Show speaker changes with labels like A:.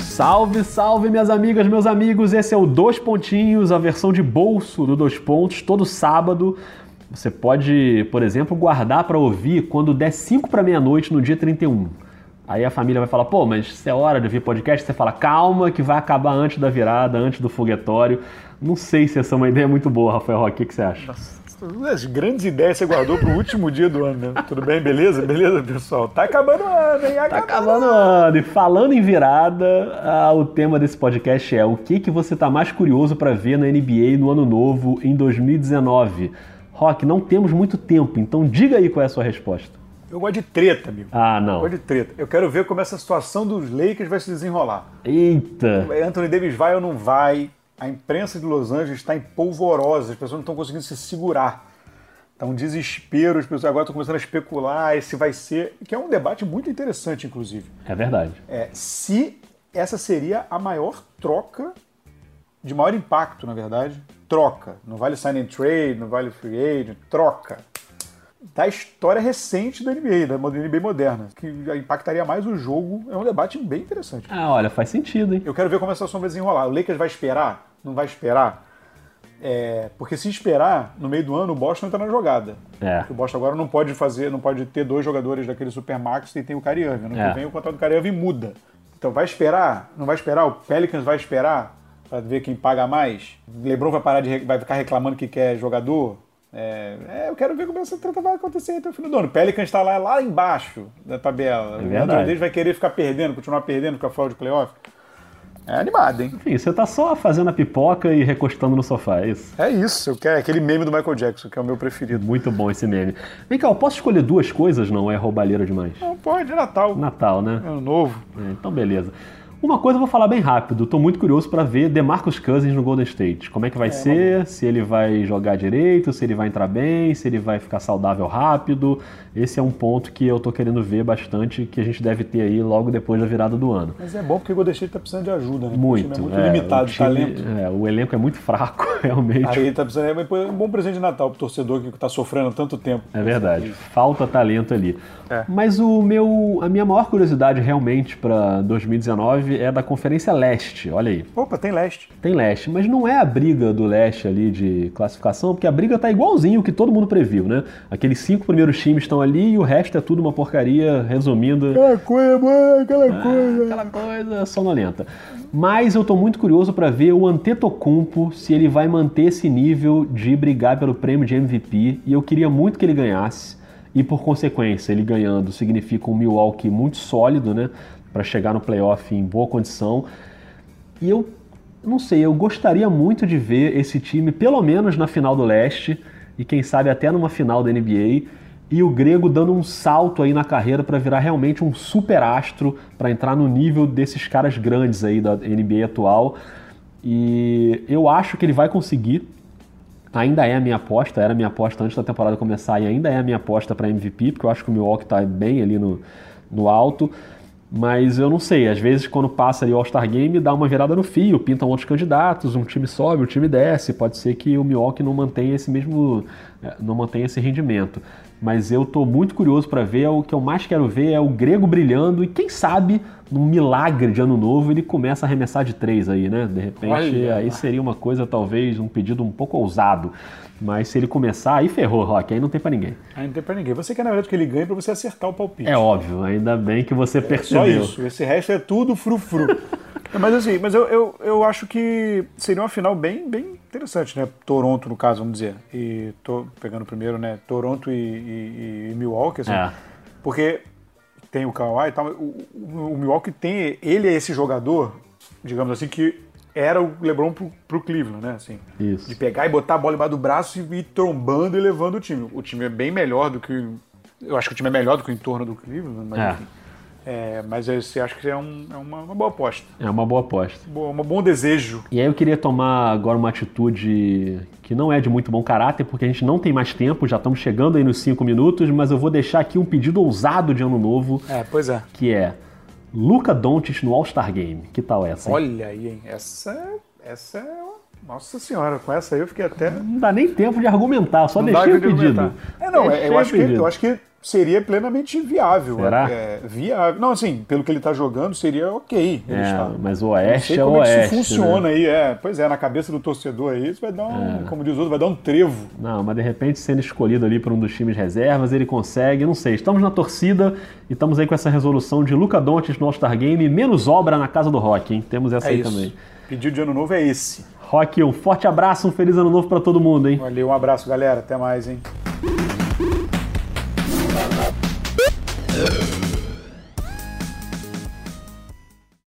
A: Salve, salve, minhas amigas, meus amigos! Esse é o Dois Pontinhos, a versão de bolso do Dois Pontos, todo sábado. Você pode, por exemplo, guardar para ouvir quando der 5 para meia-noite no dia 31. Aí a família vai falar: pô, mas isso é hora de ouvir podcast? Você fala: calma, que vai acabar antes da virada, antes do foguetório. Não sei se essa é uma ideia muito boa, Rafael Roque. O que você acha?
B: Nossa, as grandes ideias você guardou pro último dia do ano, né? Tudo bem? Beleza? Beleza, pessoal? Tá acabando o ano, hein?
A: Tá acabando o ano. E falando em virada, ah, o tema desse podcast é o que, que você tá mais curioso para ver na NBA no ano novo, em 2019? Rock, não temos muito tempo, então diga aí qual é a sua resposta.
B: Eu gosto de treta, amigo.
A: Ah, não.
B: Eu gosto de treta. Eu quero ver como essa situação dos Lakers vai se desenrolar.
A: Eita!
B: Anthony Davis vai ou não vai? A imprensa de Los Angeles está em polvorosa, as pessoas não estão conseguindo se segurar. Está um desespero, as pessoas agora estão começando a especular se vai ser. Que é um debate muito interessante, inclusive.
A: É verdade.
B: É, se essa seria a maior troca de maior impacto, na verdade. Troca. Não vale sign and trade, não vale free agent, troca. Da história recente da NBA, da NBA moderna, que impactaria mais o jogo. É um debate bem interessante.
A: Ah, olha, faz sentido, hein?
B: Eu quero ver como essa situação vai desenrolar. O Lakers vai esperar? Não vai esperar? É, porque se esperar, no meio do ano, o Boston entra na jogada.
A: É.
B: O Boston agora não pode fazer, não pode ter dois jogadores daquele Supermax e tem o Kyrie Irving. No
A: É.
B: que vem o contrato do Kyrie Irving muda. Então vai esperar? Não vai esperar? O Pelicans vai esperar para ver quem paga mais? LeBron vai parar de re- vai ficar reclamando que quer jogador? É, é, eu quero ver como essa treta vai acontecer até o fim do ano. O Pelicans está lá, lá embaixo da tabela.
A: É verdade.
B: O André vai querer ficar perdendo, continuar perdendo, ficar fora de playoff. É animado, hein?
A: Enfim, você tá só fazendo a pipoca e recostando no sofá, é isso?
B: É isso, eu quero aquele meme do Michael Jackson, que é o meu preferido.
A: Muito bom esse meme. Vem cá, eu posso escolher duas coisas? Não, é roubalheira demais.
B: Não pode, é Natal.
A: Natal, né?
B: Ano novo.
A: É, então, beleza. Uma coisa eu vou falar bem rápido. Tô muito curioso para ver DeMarcus Cousins no Golden State. Como é que vai ser? Se ele vai jogar direito, se ele vai entrar bem, se ele vai ficar saudável rápido. Esse é um ponto que eu tô querendo ver bastante, que a gente deve ter aí logo depois da virada do ano.
B: Mas é bom porque o Golden State tá precisando de ajuda, né?
A: Muito.
B: O time é muito
A: é,
B: limitado
A: o
B: de
A: time-
B: talento.
A: é, o elenco é muito fraco, realmente.
B: Aí ele tá precisando. É um bom presente de Natal pro torcedor que tá sofrendo há tanto tempo.
A: É verdade, falta talento ali.
B: É.
A: Mas o meu, a minha maior curiosidade realmente para 2019 é da Conferência Leste. Olha aí,
B: Opa, tem leste.
A: tem Leste, mas não é a briga do Leste ali de classificação, porque a briga tá igualzinho o que todo mundo previu, né? Aqueles cinco primeiros times estão ali e o resto é tudo uma porcaria, resumindo.
B: Aquela coisa, mano,
A: É.
B: aquela coisa.
A: Aquela coisa sonolenta. Mas eu tô muito curioso para ver o Antetokounmpo se ele vai manter esse nível de brigar pelo prêmio de MVP e eu queria muito que ele ganhasse e por consequência ele ganhando significa um Milwaukee muito sólido, né, para chegar no playoff em boa condição. E eu não sei, eu gostaria muito de ver esse time pelo menos na final do Leste e quem sabe até numa final da NBA e o grego dando um salto aí na carreira para virar realmente um super astro, para entrar no nível desses caras grandes aí da NBA atual. E eu acho que ele vai conseguir. Ainda é a minha aposta, era a minha aposta antes da temporada começar e ainda é a minha aposta para MVP, porque eu acho que o Milwaukee tá bem ali no, no alto. Mas eu não sei, às vezes quando passa ali o All-Star Game, dá uma virada no fio, pintam outros candidatos, um time sobe, o time desce, pode ser que o Milwaukee não mantenha esse mesmo, eh, não mantenha esse rendimento. Mas eu tô muito curioso para ver, é o que eu mais quero ver é o Grego brilhando e quem sabe, num milagre de ano novo, ele começa a arremessar de três aí, né? De repente,
B: Olha.
A: aí seria uma coisa talvez um pedido um pouco ousado, mas se ele começar, aí ferrou, Rock, aí não tem pra ninguém.
B: Aí não tem pra ninguém. Você quer, na verdade, que ele ganhe pra você acertar o palpite.
A: É óbvio, ainda bem que você
B: Só
A: percebeu.
B: isso. Esse resto é tudo frufru. mas assim, mas eu, eu, eu acho que seria uma final bem, bem interessante, né? Toronto, no caso, vamos dizer. E tô pegando primeiro, né? Toronto e, e- e Milwaukee, assim.
A: É.
B: Porque tem o Kawhi e tal. O, o- o Milwaukee tem. Ele é esse jogador, digamos assim, que era o LeBron pro, pro Cleveland, né? Assim,
A: Isso.
B: De pegar e botar a bola embaixo do braço e ir trombando e levando o time. O time é bem melhor do que. Eu acho que o time é melhor do que o entorno do Cleveland, mas
A: É.
B: enfim. É, mas esse acho que é, um- é uma, uma boa aposta.
A: É uma boa aposta.
B: Boa, um bom desejo.
A: E aí eu queria tomar agora uma atitude que não é de muito bom caráter, porque a gente não tem mais tempo, já estamos chegando aí nos cinco minutos, mas eu vou deixar aqui um pedido ousado de ano novo,
B: É, pois é.
A: que é Luca Doncic no All-Star Game. Que tal essa? hein?
B: Olha aí, hein? Essa, essa é. uma- Nossa senhora, com essa aí eu fiquei até.
A: Não dá nem tempo de argumentar, só
B: Não dá
A: deixei o
B: pra
A: pedido.
B: argumentar. É, não, é,
A: Deixei
B: eu,
A: o
B: acho que,
A: pedido.
B: eu acho que seria plenamente viável.
A: Será?
B: É, viável. Não, assim, pelo que ele tá jogando, seria ok. ele
A: É,
B: está.
A: mas o
B: Não
A: Oeste
B: sei
A: é o
B: como é que
A: Oeste.
B: isso
A: né?
B: funciona aí, é. Pois é, na cabeça do torcedor aí, isso vai dar um,
A: É.
B: como diz o outro, vai dar um trevo.
A: Não, mas de repente, sendo escolhido ali por um dos times reservas, ele consegue, não sei. Estamos na torcida e estamos aí com essa resolução de Luca Doncic no All-Star Game, menos obra na Casa do Rock, hein? Temos essa
B: É
A: aí
B: isso.
A: também.
B: Pedido de ano novo é esse.
A: Rock, um forte abraço, um feliz ano novo pra todo mundo, hein?
B: Valeu, um abraço, galera. Até mais, hein?